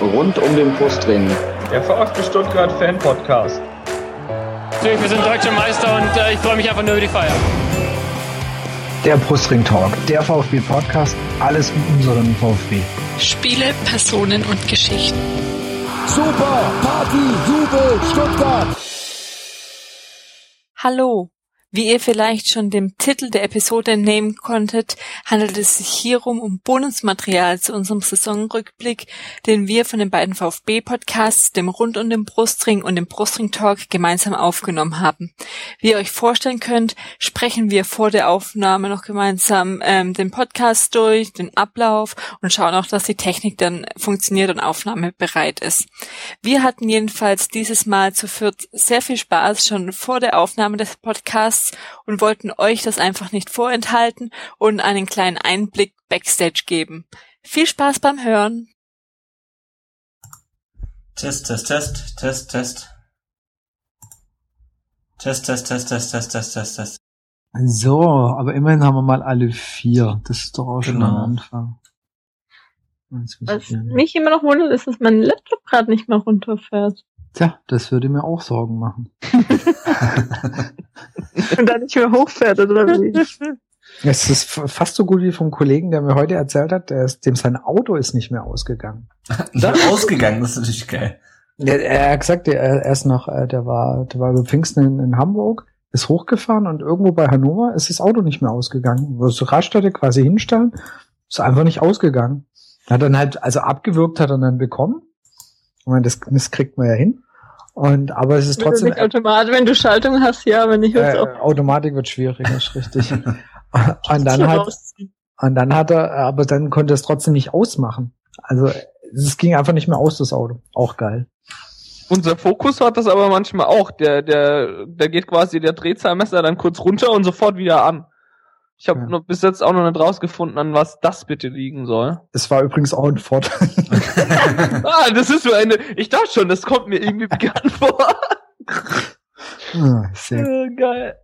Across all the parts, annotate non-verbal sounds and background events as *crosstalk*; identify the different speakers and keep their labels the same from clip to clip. Speaker 1: rund um den Brustring.
Speaker 2: Der VfB Stuttgart Fan Podcast.
Speaker 3: Natürlich, wir sind deutsche Meister und äh, ich freue mich einfach nur über die Feier.
Speaker 4: Der Brustring Talk, der VfB Podcast, alles um unseren VfB.
Speaker 5: Spiele, Personen und Geschichten.
Speaker 6: Super, Party, Jubel, Stuttgart!
Speaker 5: Hallo, wie ihr vielleicht schon dem Titel der Episode entnehmen konntet, handelt es sich hierum um Bonusmaterial zu unserem Saisonrückblick, den wir von den beiden VfB-Podcasts, dem Rund um den Brustring und dem Brustring-Talk gemeinsam aufgenommen haben. Wie ihr euch vorstellen könnt, sprechen wir vor der Aufnahme noch gemeinsam ähm, den Podcast durch, den Ablauf und schauen auch, dass die Technik dann funktioniert und aufnahmebereit ist. Wir hatten jedenfalls dieses Mal zu viert sehr viel Spaß schon vor der Aufnahme des Podcasts und wollten euch das einfach nicht vorenthalten und einen kleinen Einblick backstage geben. Viel Spaß beim Hören.
Speaker 7: Test, test, test, test, test. Test, test, test, test, test, test, test, test.
Speaker 4: So, aber immerhin haben wir mal alle vier. Das ist doch auch schon
Speaker 7: Genau.
Speaker 4: am Anfang. Jetzt muss ich
Speaker 8: Was
Speaker 4: hier-
Speaker 8: mich immer noch wundert, ist, dass mein Laptop gerade nicht mehr *laughs* runterfährt.
Speaker 4: Tja, das würde mir auch Sorgen machen.
Speaker 8: Und dann nicht mehr hochfährt, oder wie?
Speaker 4: Es ist f- fast so gut wie vom Kollegen, der mir heute erzählt hat, der ist, dem sein Auto ist nicht mehr ausgegangen.
Speaker 7: Ausgegangen, das ist natürlich geil.
Speaker 4: Er, er hat gesagt, er, er ist noch, äh, der war, der war über Pfingsten in, in Hamburg, ist hochgefahren und irgendwo bei Hannover ist das Auto nicht mehr ausgegangen. Wo es zur Raststätte quasi hinstellen, ist einfach nicht ausgegangen. Hat dann halt, also abgewürgt hat er dann bekommen. Ich meine, das, das kriegt man ja hin. Und, aber es ist trotzdem,
Speaker 8: nicht automatisch, wenn du Schaltung hast, ja, wenn ich
Speaker 4: äh,
Speaker 8: jetzt auch
Speaker 4: Automatik wird schwierig,
Speaker 8: *laughs*
Speaker 4: ist richtig. und dann halt,
Speaker 8: rausziehen.
Speaker 4: und dann hat er, aber dann konnte er es trotzdem nicht ausmachen. Also es ging einfach nicht mehr aus, das Auto. Auch geil.
Speaker 9: Unser Fokus hat das aber manchmal auch. Der, der, der geht quasi der Drehzahlmesser dann kurz runter und sofort wieder an. Ich habe
Speaker 4: Ja.
Speaker 9: noch bis jetzt auch noch nicht rausgefunden, an was das bitte liegen
Speaker 4: *laughs*
Speaker 9: soll.
Speaker 4: Es war übrigens auch ein Ford.
Speaker 9: Ah, das ist so eine. Ich dachte schon, das kommt mir irgendwie bekannt vor.
Speaker 4: Ah,
Speaker 8: Hm.
Speaker 4: Sehr gut.
Speaker 9: Äh, Geil.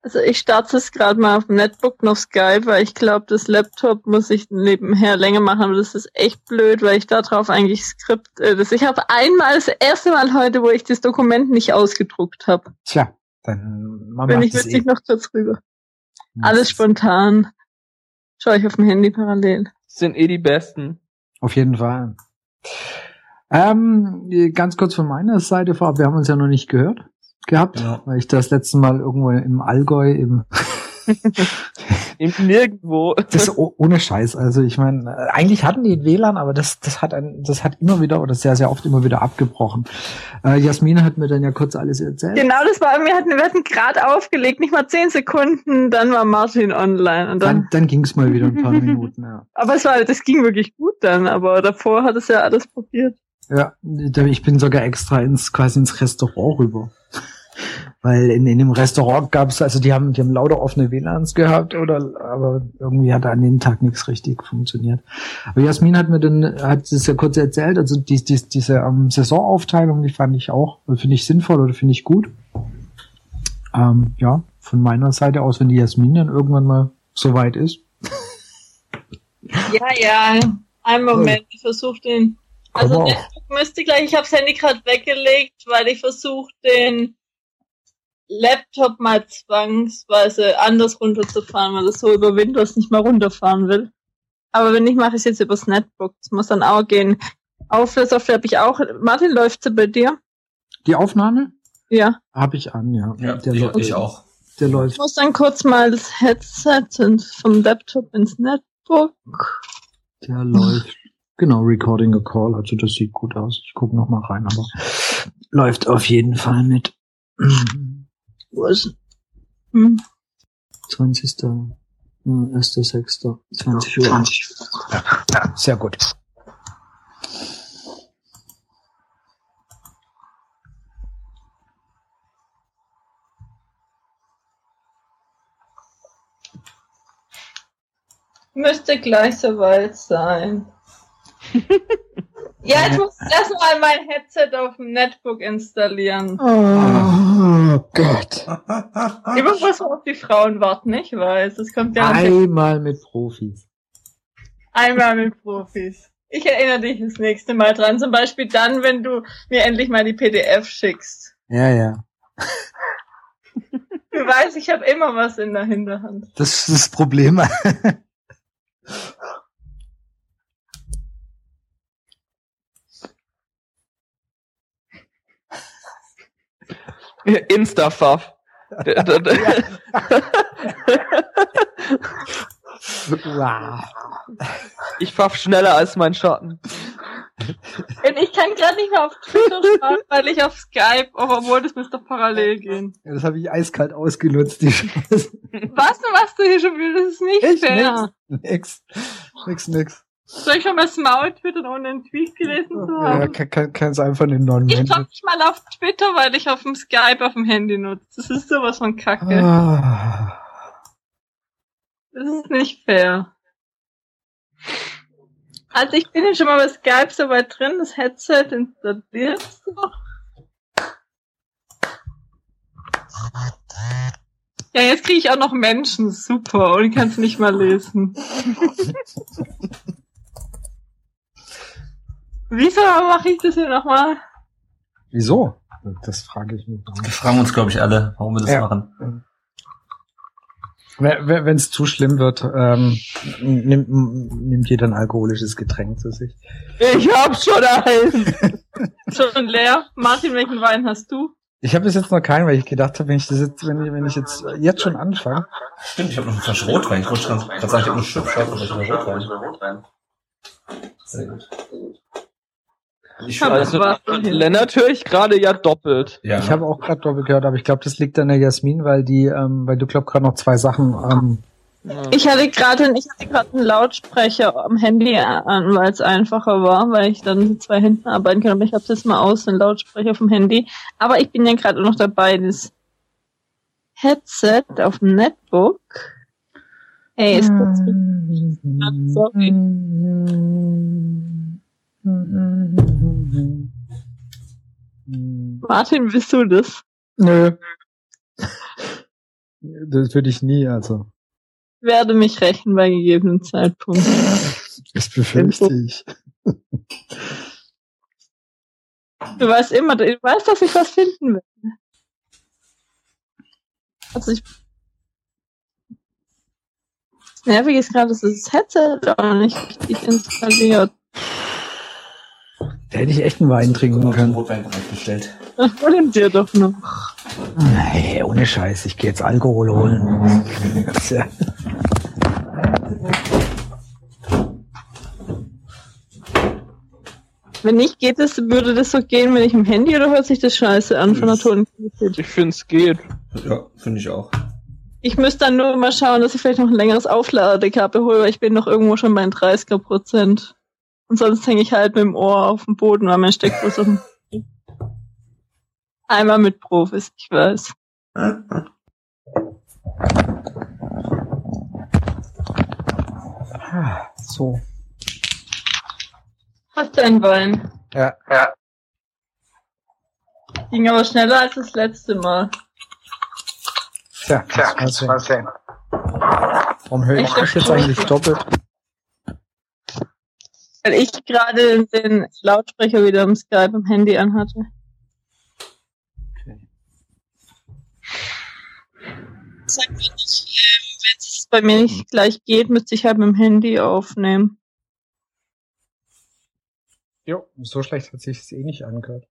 Speaker 8: Also ich starte es gerade mal auf dem Netbook noch Skype, weil ich glaube, das Laptop muss ich nebenher länger machen, aber das ist echt blöd, weil ich da drauf eigentlich Skript. Äh, das, ich habe einmal das erste Mal heute, wo ich das Dokument nicht ausgedruckt habe.
Speaker 4: Tja, dann machen
Speaker 8: Bin
Speaker 4: wir
Speaker 8: ich
Speaker 4: das
Speaker 8: witzig
Speaker 4: eh.
Speaker 8: noch kurz rüber. Alles spontan. Schau ich auf dem Handy parallel.
Speaker 9: Das sind eh die besten.
Speaker 4: Auf jeden Fall. Ähm, ganz kurz von meiner Seite vorab, wir haben uns ja noch nicht gehört gehabt,
Speaker 7: Genau.
Speaker 4: weil ich das letzte Mal irgendwo im Allgäu
Speaker 8: *laughs*
Speaker 4: im
Speaker 9: Im Nirgendwo. *laughs*
Speaker 4: Das o- ohne Scheiß. Also ich meine, äh, eigentlich hatten die WLAN, aber das, das hat ein, das hat immer wieder oder sehr, sehr oft immer wieder abgebrochen. Äh, Jasmin hat mir dann ja kurz alles erzählt.
Speaker 8: Genau, das war, wir hatten, wir hatten gerade aufgelegt, nicht mal zehn Sekunden, dann war Martin online und dann,
Speaker 4: Dann, dann ging es mal wieder
Speaker 8: *laughs*
Speaker 4: ein paar Minuten. Ja.
Speaker 8: aber es war, das ging wirklich gut dann, aber davor hat es ja alles probiert.
Speaker 4: ja, da- ich bin sogar extra ins quasi ins Restaurant rüber. *laughs* Weil in, in dem Restaurant gab es, also die haben, die haben lauter offene WLANs gehabt, oder aber irgendwie hat an dem Tag nichts richtig funktioniert. Aber Jasmin hat mir dann, hat es ja kurz erzählt, also die, die, diese ähm, Saisonaufteilung, die fand ich auch, äh, finde ich sinnvoll oder finde ich gut. Ähm, ja, von meiner Seite aus, wenn die Jasmin dann irgendwann mal soweit ist,
Speaker 8: Ja, ja, einen
Speaker 4: Moment,
Speaker 8: ich versuche den,
Speaker 4: kommen wir auch.
Speaker 8: Netbook müsste gleich, ich habe das Handy gerade weggelegt, weil ich versuche den Laptop mal zwangsweise anders runterzufahren, weil es so über Windows nicht mal runterfahren will. Aber wenn nicht, mache ich es jetzt übers Netbook. Das muss dann auch gehen. Auf der Software habe ich auch. Martin, läuft sie bei dir?
Speaker 4: Die Aufnahme
Speaker 8: Ja.
Speaker 4: habe ich an, ja.
Speaker 7: Ja,
Speaker 4: der
Speaker 7: ich,
Speaker 4: läuft,
Speaker 7: ich auch.
Speaker 4: Der läuft.
Speaker 8: Ich muss dann kurz mal das Headset in- vom Laptop ins Netbook.
Speaker 4: Der läuft. Genau, Recording a Call. Also das sieht gut aus. Ich gucke noch mal rein, aber läuft auf jeden Fall mit. Wo ist
Speaker 8: Hm.
Speaker 4: 20. äh, 1.6. 20 Uhr. 20 Uhr. Sehr gut.
Speaker 8: Müsste gleich soweit sein. ja, ich muss erstmal mein Headset auf dem Netbook installieren.
Speaker 4: Oh Gott.
Speaker 8: Immer was auf die Frauen warten, ich weiß. Es kommt ja
Speaker 4: Einmal mit Profis.
Speaker 8: einmal mit Profis. Ich erinnere dich das nächste Mal dran. Zum Beispiel dann, wenn du mir endlich mal die PDF schickst.
Speaker 10: Ja, ja.
Speaker 8: Du weißt, ich habe immer was in der Hinterhand.
Speaker 10: Das ist das Problem.
Speaker 9: Insta-Faff. Der- der- der-
Speaker 10: wow.
Speaker 9: *laughs* Ich faff schneller als mein Schatten.
Speaker 8: Und ich kann gerade nicht mehr auf Twitter schauen, weil ich auf Skype, aber obwohl das müsste doch parallel gehen.
Speaker 10: Ja, das habe ich eiskalt ausgenutzt, die Chance.
Speaker 8: Was du machst du hier schon wieder? Das ist nicht
Speaker 10: Echt?
Speaker 8: fair.
Speaker 10: Nix. Nix, nix.
Speaker 8: Soll ich schon mal Maul twittern, ohne einen Tweet gelesen zu haben?
Speaker 10: Ja, kann, kann, kann's einfach in den non
Speaker 8: Ich schaue nicht mal auf Twitter, weil ich auf dem Skype auf dem Handy nutze. Das ist sowas von Kacke.
Speaker 10: ah.
Speaker 8: Das ist nicht fair. Also ich bin ja schon mal bei Skype so weit drin, das Headset installiert. Ja, jetzt kriege ich auch noch Menschen, super, und kann es nicht mal lesen. Wieso mache ich das hier nochmal?
Speaker 10: Wieso? Das frage ich mich.
Speaker 7: Wir fragen uns, glaube ich, alle, warum wir das
Speaker 10: Ja.
Speaker 7: machen.
Speaker 10: Wenn es zu schlimm wird, ähm, nimmt, nimmt jeder ein alkoholisches Getränk zu sich.
Speaker 9: Ich hab schon eins.
Speaker 8: Schon leer. Martin, welchen Wein hast du?
Speaker 10: Ich habe bis jetzt noch keinen, weil ich gedacht habe, wenn ich das jetzt, wenn ich, wenn ich jetzt jetzt schon anfange,
Speaker 7: Stimmt, ich habe noch eine Flasche Rotwein. Ich wollte schon gerade sagen, ich habe einen Schub, aber ich habe Rotwein. Sehr gut. Ich
Speaker 8: Hab
Speaker 9: Also,
Speaker 8: was.
Speaker 9: Lennart höre ich gerade ja doppelt.
Speaker 7: ja,
Speaker 10: Ich habe auch gerade doppelt gehört, aber ich glaube, das liegt an der Jasmin, weil die, ähm, weil du glaub gerade noch zwei Sachen. Ähm,
Speaker 8: Ich hatte gerade ich hatte gerade einen Lautsprecher am Handy an, weil es einfacher war, weil ich dann mit zwei Händen arbeiten kann. Aber ich habe jetzt mal aus, den Lautsprecher vom Handy. Aber ich bin ja gerade noch dabei, das Headset auf dem Netbook. Ey, ist das
Speaker 10: Hm.
Speaker 8: sorry. Martin, bist du das?
Speaker 10: Nö. Das würde ich nie, also.
Speaker 8: Werde mich rächen bei gegebenem Zeitpunkt.
Speaker 10: Das befürchte ich.
Speaker 8: Du weißt immer, du weißt, dass ich was finden will. Also ich. Das Nervige ist gerade, dass das Headset auch nicht richtig installiert.
Speaker 10: Da hätte ich echt einen Wein trinken
Speaker 7: einen
Speaker 10: können.
Speaker 7: Rotwein bereitgestellt.
Speaker 8: Das wollen dir doch noch.
Speaker 10: Nee, ohne Scheiß, ich gehe jetzt Alkohol holen. Tja.
Speaker 8: Wenn nicht, geht es, würde das so gehen, wenn ich im Handy oder hört sich das scheiße an von der Tonqualität?
Speaker 9: Ich find's geht. *clears throat*
Speaker 7: Ja, finde ich auch.
Speaker 8: Ich müsste dann nur mal schauen, dass ich vielleicht noch ein längeres Aufladekabel hole, weil ich bin noch irgendwo schon bei den 30er Prozent. Und sonst hänge ich halt mit dem Ohr auf dem Boden, weil mein Steckbus auf dem Einmal mit Profis, ich weiß.
Speaker 10: So.
Speaker 8: Hast du einen Wein?
Speaker 10: Ja.
Speaker 8: Ging aber schneller als das letzte Mal.
Speaker 10: Tja, Tja mal sehen. Warum höre ich
Speaker 8: Echt?
Speaker 10: mich jetzt eigentlich doppelt?
Speaker 8: Weil ich gerade den Lautsprecher wieder im Skype im Handy anhatte. Sag mir nicht, ähm, Wenn es bei mir nicht gleich geht, müsste ich halt mit dem Handy aufnehmen.
Speaker 10: Jo, so schlecht hat sich das eh nicht angehört.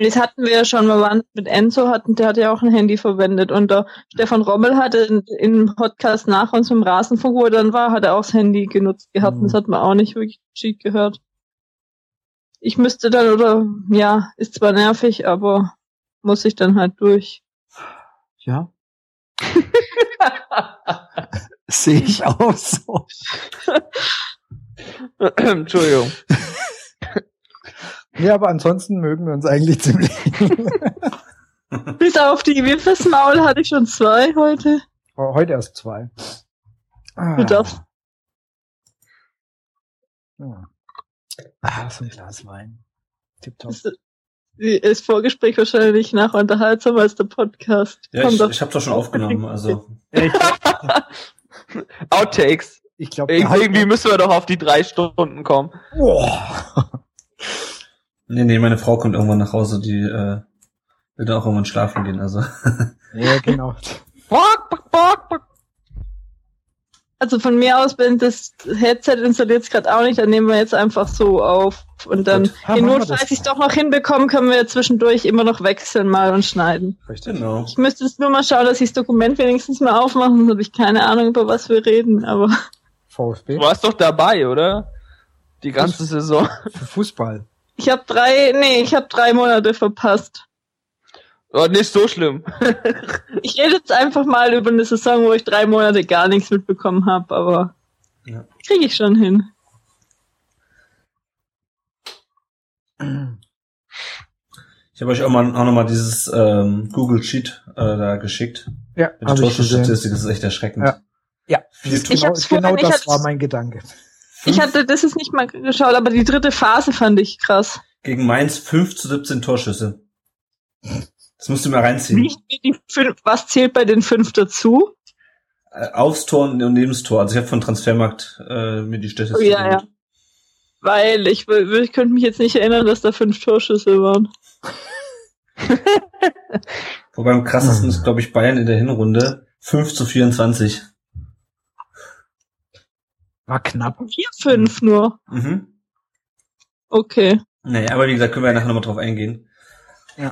Speaker 8: Das hatten wir ja schon, wir waren mit Enzo, hatten, der hat ja auch ein Handy verwendet. Und der Stefan Rommel hatte in, im Podcast nach uns im Rasenfunk, wo er dann war, hat er auch das Handy genutzt gehabt.
Speaker 10: Mhm.
Speaker 8: Und das hat man auch nicht wirklich geschieht gehört. Ich müsste dann, oder, ja, ist zwar nervig, aber muss ich dann halt
Speaker 10: *laughs*
Speaker 8: durch.
Speaker 10: Ja. Sehe ich auch so.
Speaker 9: Entschuldigung.
Speaker 10: Ja, aber ansonsten mögen wir uns eigentlich ziemlich.
Speaker 8: Bis auf die Wimpelsmaul hatte ich schon zwei heute.
Speaker 10: Heute erst zwei. Ah.
Speaker 8: Du darfst.
Speaker 10: Ja. Ah, so ein Glas Wein. Tipptopp.
Speaker 8: Das ist Vorgespräch wahrscheinlich nach unterhaltsamer als der Podcast.
Speaker 7: Ja,
Speaker 8: Komm
Speaker 7: ich,
Speaker 8: doch.
Speaker 7: ich habe doch schon aufgenommen, also
Speaker 9: Outtakes.
Speaker 10: Ich glaube,
Speaker 9: Irgendwie, irgendwie müssen wir doch auf die drei Stunden kommen.
Speaker 7: Nee, nee, meine Frau kommt irgendwann nach Hause, die äh, wird auch irgendwann schlafen gehen. Also
Speaker 10: ja, genau.
Speaker 9: Bock, bock, bock, bock.
Speaker 8: Also von mir aus, wenn das Headset installiert es gerade auch nicht, dann nehmen wir jetzt einfach so auf. Und dann,
Speaker 10: Gut. Ja,
Speaker 8: in
Speaker 10: machen wir
Speaker 8: Not,
Speaker 10: das.
Speaker 8: falls ich es doch noch hinbekomme, können wir zwischendurch immer noch wechseln mal und schneiden.
Speaker 10: Richtig.
Speaker 7: genau.
Speaker 8: Ich müsste jetzt nur mal schauen, dass ich das Dokument wenigstens mal aufmache, sonst habe ich keine Ahnung, über was wir reden. Aber
Speaker 10: VfB.
Speaker 9: Du warst doch dabei, oder? Die ganze Saison. *laughs*
Speaker 10: Für Fußball.
Speaker 8: ich habe drei, nee, ich habe drei Monate verpasst.
Speaker 9: Oh, nicht so schlimm.
Speaker 8: Ich rede jetzt einfach mal über eine Saison, wo ich drei Monate gar nichts mitbekommen habe, aber
Speaker 7: Ja.
Speaker 8: kriege ich schon hin.
Speaker 7: Ich habe euch auch, mal, auch noch mal dieses ähm, Google Sheet äh, da geschickt.
Speaker 10: Ja,
Speaker 7: Mit der
Speaker 10: habe ich gesehen.
Speaker 7: Torschusstatistik, das ist echt erschreckend.
Speaker 10: Ja. Ja.
Speaker 7: Vier
Speaker 8: Ich
Speaker 10: Genau,
Speaker 8: hab's vorhin-
Speaker 10: genau
Speaker 8: ich
Speaker 10: das
Speaker 8: hab's-
Speaker 10: war mein Gedanke.
Speaker 8: Ich hatte das ist nicht mal geschaut, aber die dritte Phase fand ich krass.
Speaker 7: Gegen Mainz 5 zu 17 Torschüsse. Das musst du mal reinziehen.
Speaker 10: Hm.
Speaker 8: Wie, wie die fünf, was zählt bei den fünf dazu?
Speaker 7: Äh, Aufs Tor und neben das Tor. Also ich habe von Transfermarkt äh, mir die Statistik
Speaker 8: Oh, ja, ja.
Speaker 7: geholt.
Speaker 8: Weil ich, wür- ich könnte mich jetzt nicht erinnern, dass da fünf Torschüsse waren.
Speaker 7: Wobei am
Speaker 10: Hm.
Speaker 7: krassesten ist, glaube ich, Bayern in der Hinrunde 5 zu 24.
Speaker 10: War knapp.
Speaker 8: Wir fünf
Speaker 10: Hm.
Speaker 8: nur.
Speaker 7: Mhm.
Speaker 8: Okay.
Speaker 7: Naja, aber wie gesagt, können wir ja nachher nochmal drauf eingehen.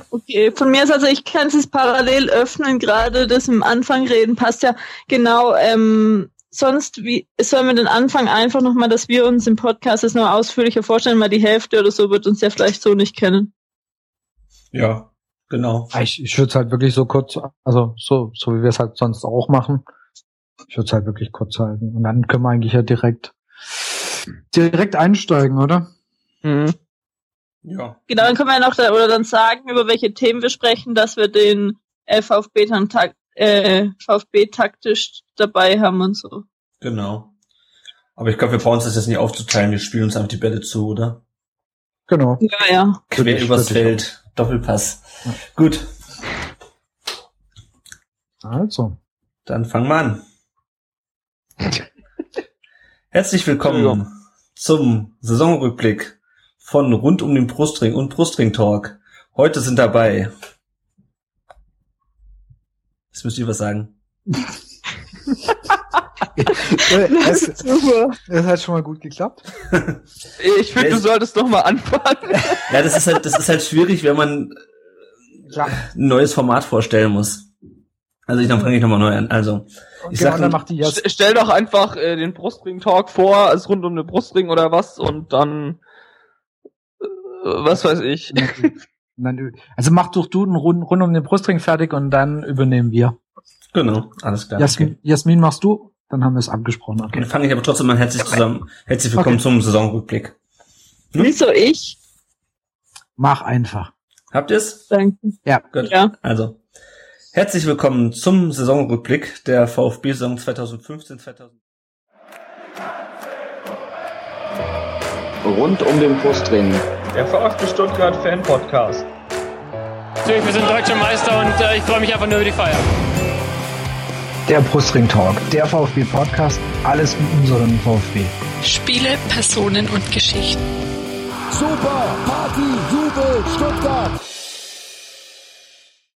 Speaker 8: Okay, von mir ist also, ich kann es parallel öffnen, gerade das im Anfang reden passt ja genau. Ähm, sonst, wie sollen wir den Anfang einfach nochmal, dass wir uns im Podcast das noch ausführlicher vorstellen, weil die Hälfte oder so wird uns ja vielleicht so nicht kennen.
Speaker 7: Ja, genau.
Speaker 10: Ich, ich würde es halt wirklich so kurz, also so, so wie wir es halt sonst auch machen. Ich würde es halt wirklich kurz halten. Und dann können wir eigentlich ja direkt direkt einsteigen, oder?
Speaker 9: Mhm.
Speaker 7: Ja.
Speaker 8: Genau, dann können wir ja noch da, oder dann sagen, über welche Themen wir sprechen, dass wir den äh, VfB dann tak äh, VfB taktisch dabei haben und so.
Speaker 7: Genau. Aber ich glaube, wir brauchen uns das jetzt nicht aufzuteilen. Wir spielen uns einfach die Bälle zu, oder?
Speaker 10: Genau.
Speaker 8: Ja, ja.
Speaker 7: Quer
Speaker 10: Würde ich-
Speaker 7: übers
Speaker 10: würde ich
Speaker 7: Feld. Doppelpass.
Speaker 10: Ja.
Speaker 7: Gut,
Speaker 10: Also.
Speaker 7: dann fangen wir an. Herzlich willkommen zum Saisonrückblick von Rund um den Brustring und Brustring Talk. Heute sind dabei. Jetzt müsst ihr was sagen.
Speaker 10: Äh, es, es hat schon mal gut geklappt.
Speaker 9: Ich finde, du solltest doch mal anfangen.
Speaker 7: Ja, das ist halt, das ist halt schwierig, wenn man
Speaker 10: Klar.
Speaker 7: ein neues Format vorstellen muss. Also ich, dann fange ich nochmal neu an. Also,
Speaker 10: Und
Speaker 7: Ich
Speaker 10: genau,
Speaker 7: sag-
Speaker 10: dann macht die jetzt.
Speaker 9: St- Stell doch einfach äh, den Brustring-Talk vor, als rund um den Brustring oder was und dann äh, was weiß ich.
Speaker 10: Und dann ü- Also mach doch du einen Rund, rund um den Brustring fertig und dann übernehmen wir.
Speaker 7: genau, alles klar.
Speaker 10: Jasmin, Jasmin machst du, dann haben wir es abgesprochen.
Speaker 7: Okay, Dann fange ich aber trotzdem mal herzlich zusammen. Herzlich willkommen
Speaker 10: Okay.
Speaker 7: zum Saisonrückblick.
Speaker 8: Wieso ich?
Speaker 10: Mach einfach.
Speaker 7: Habt ihr's?
Speaker 8: Danke.
Speaker 7: Gut.
Speaker 8: Ja.
Speaker 7: Also, herzlich willkommen zum Saisonrückblick der VfB-Saison 2015, 2000.
Speaker 1: Rund um den Brustring.
Speaker 2: Der VfB Stuttgart Fan Podcast.
Speaker 3: Natürlich, wir sind deutsche Meister und äh, ich freue mich einfach nur über die Feier.
Speaker 10: Der Brustring Talk, der VfB Podcast, alles mit unserem VfB.
Speaker 11: Spiele, Personen und Geschichten.
Speaker 12: Super Party, Jubel, Stuttgart.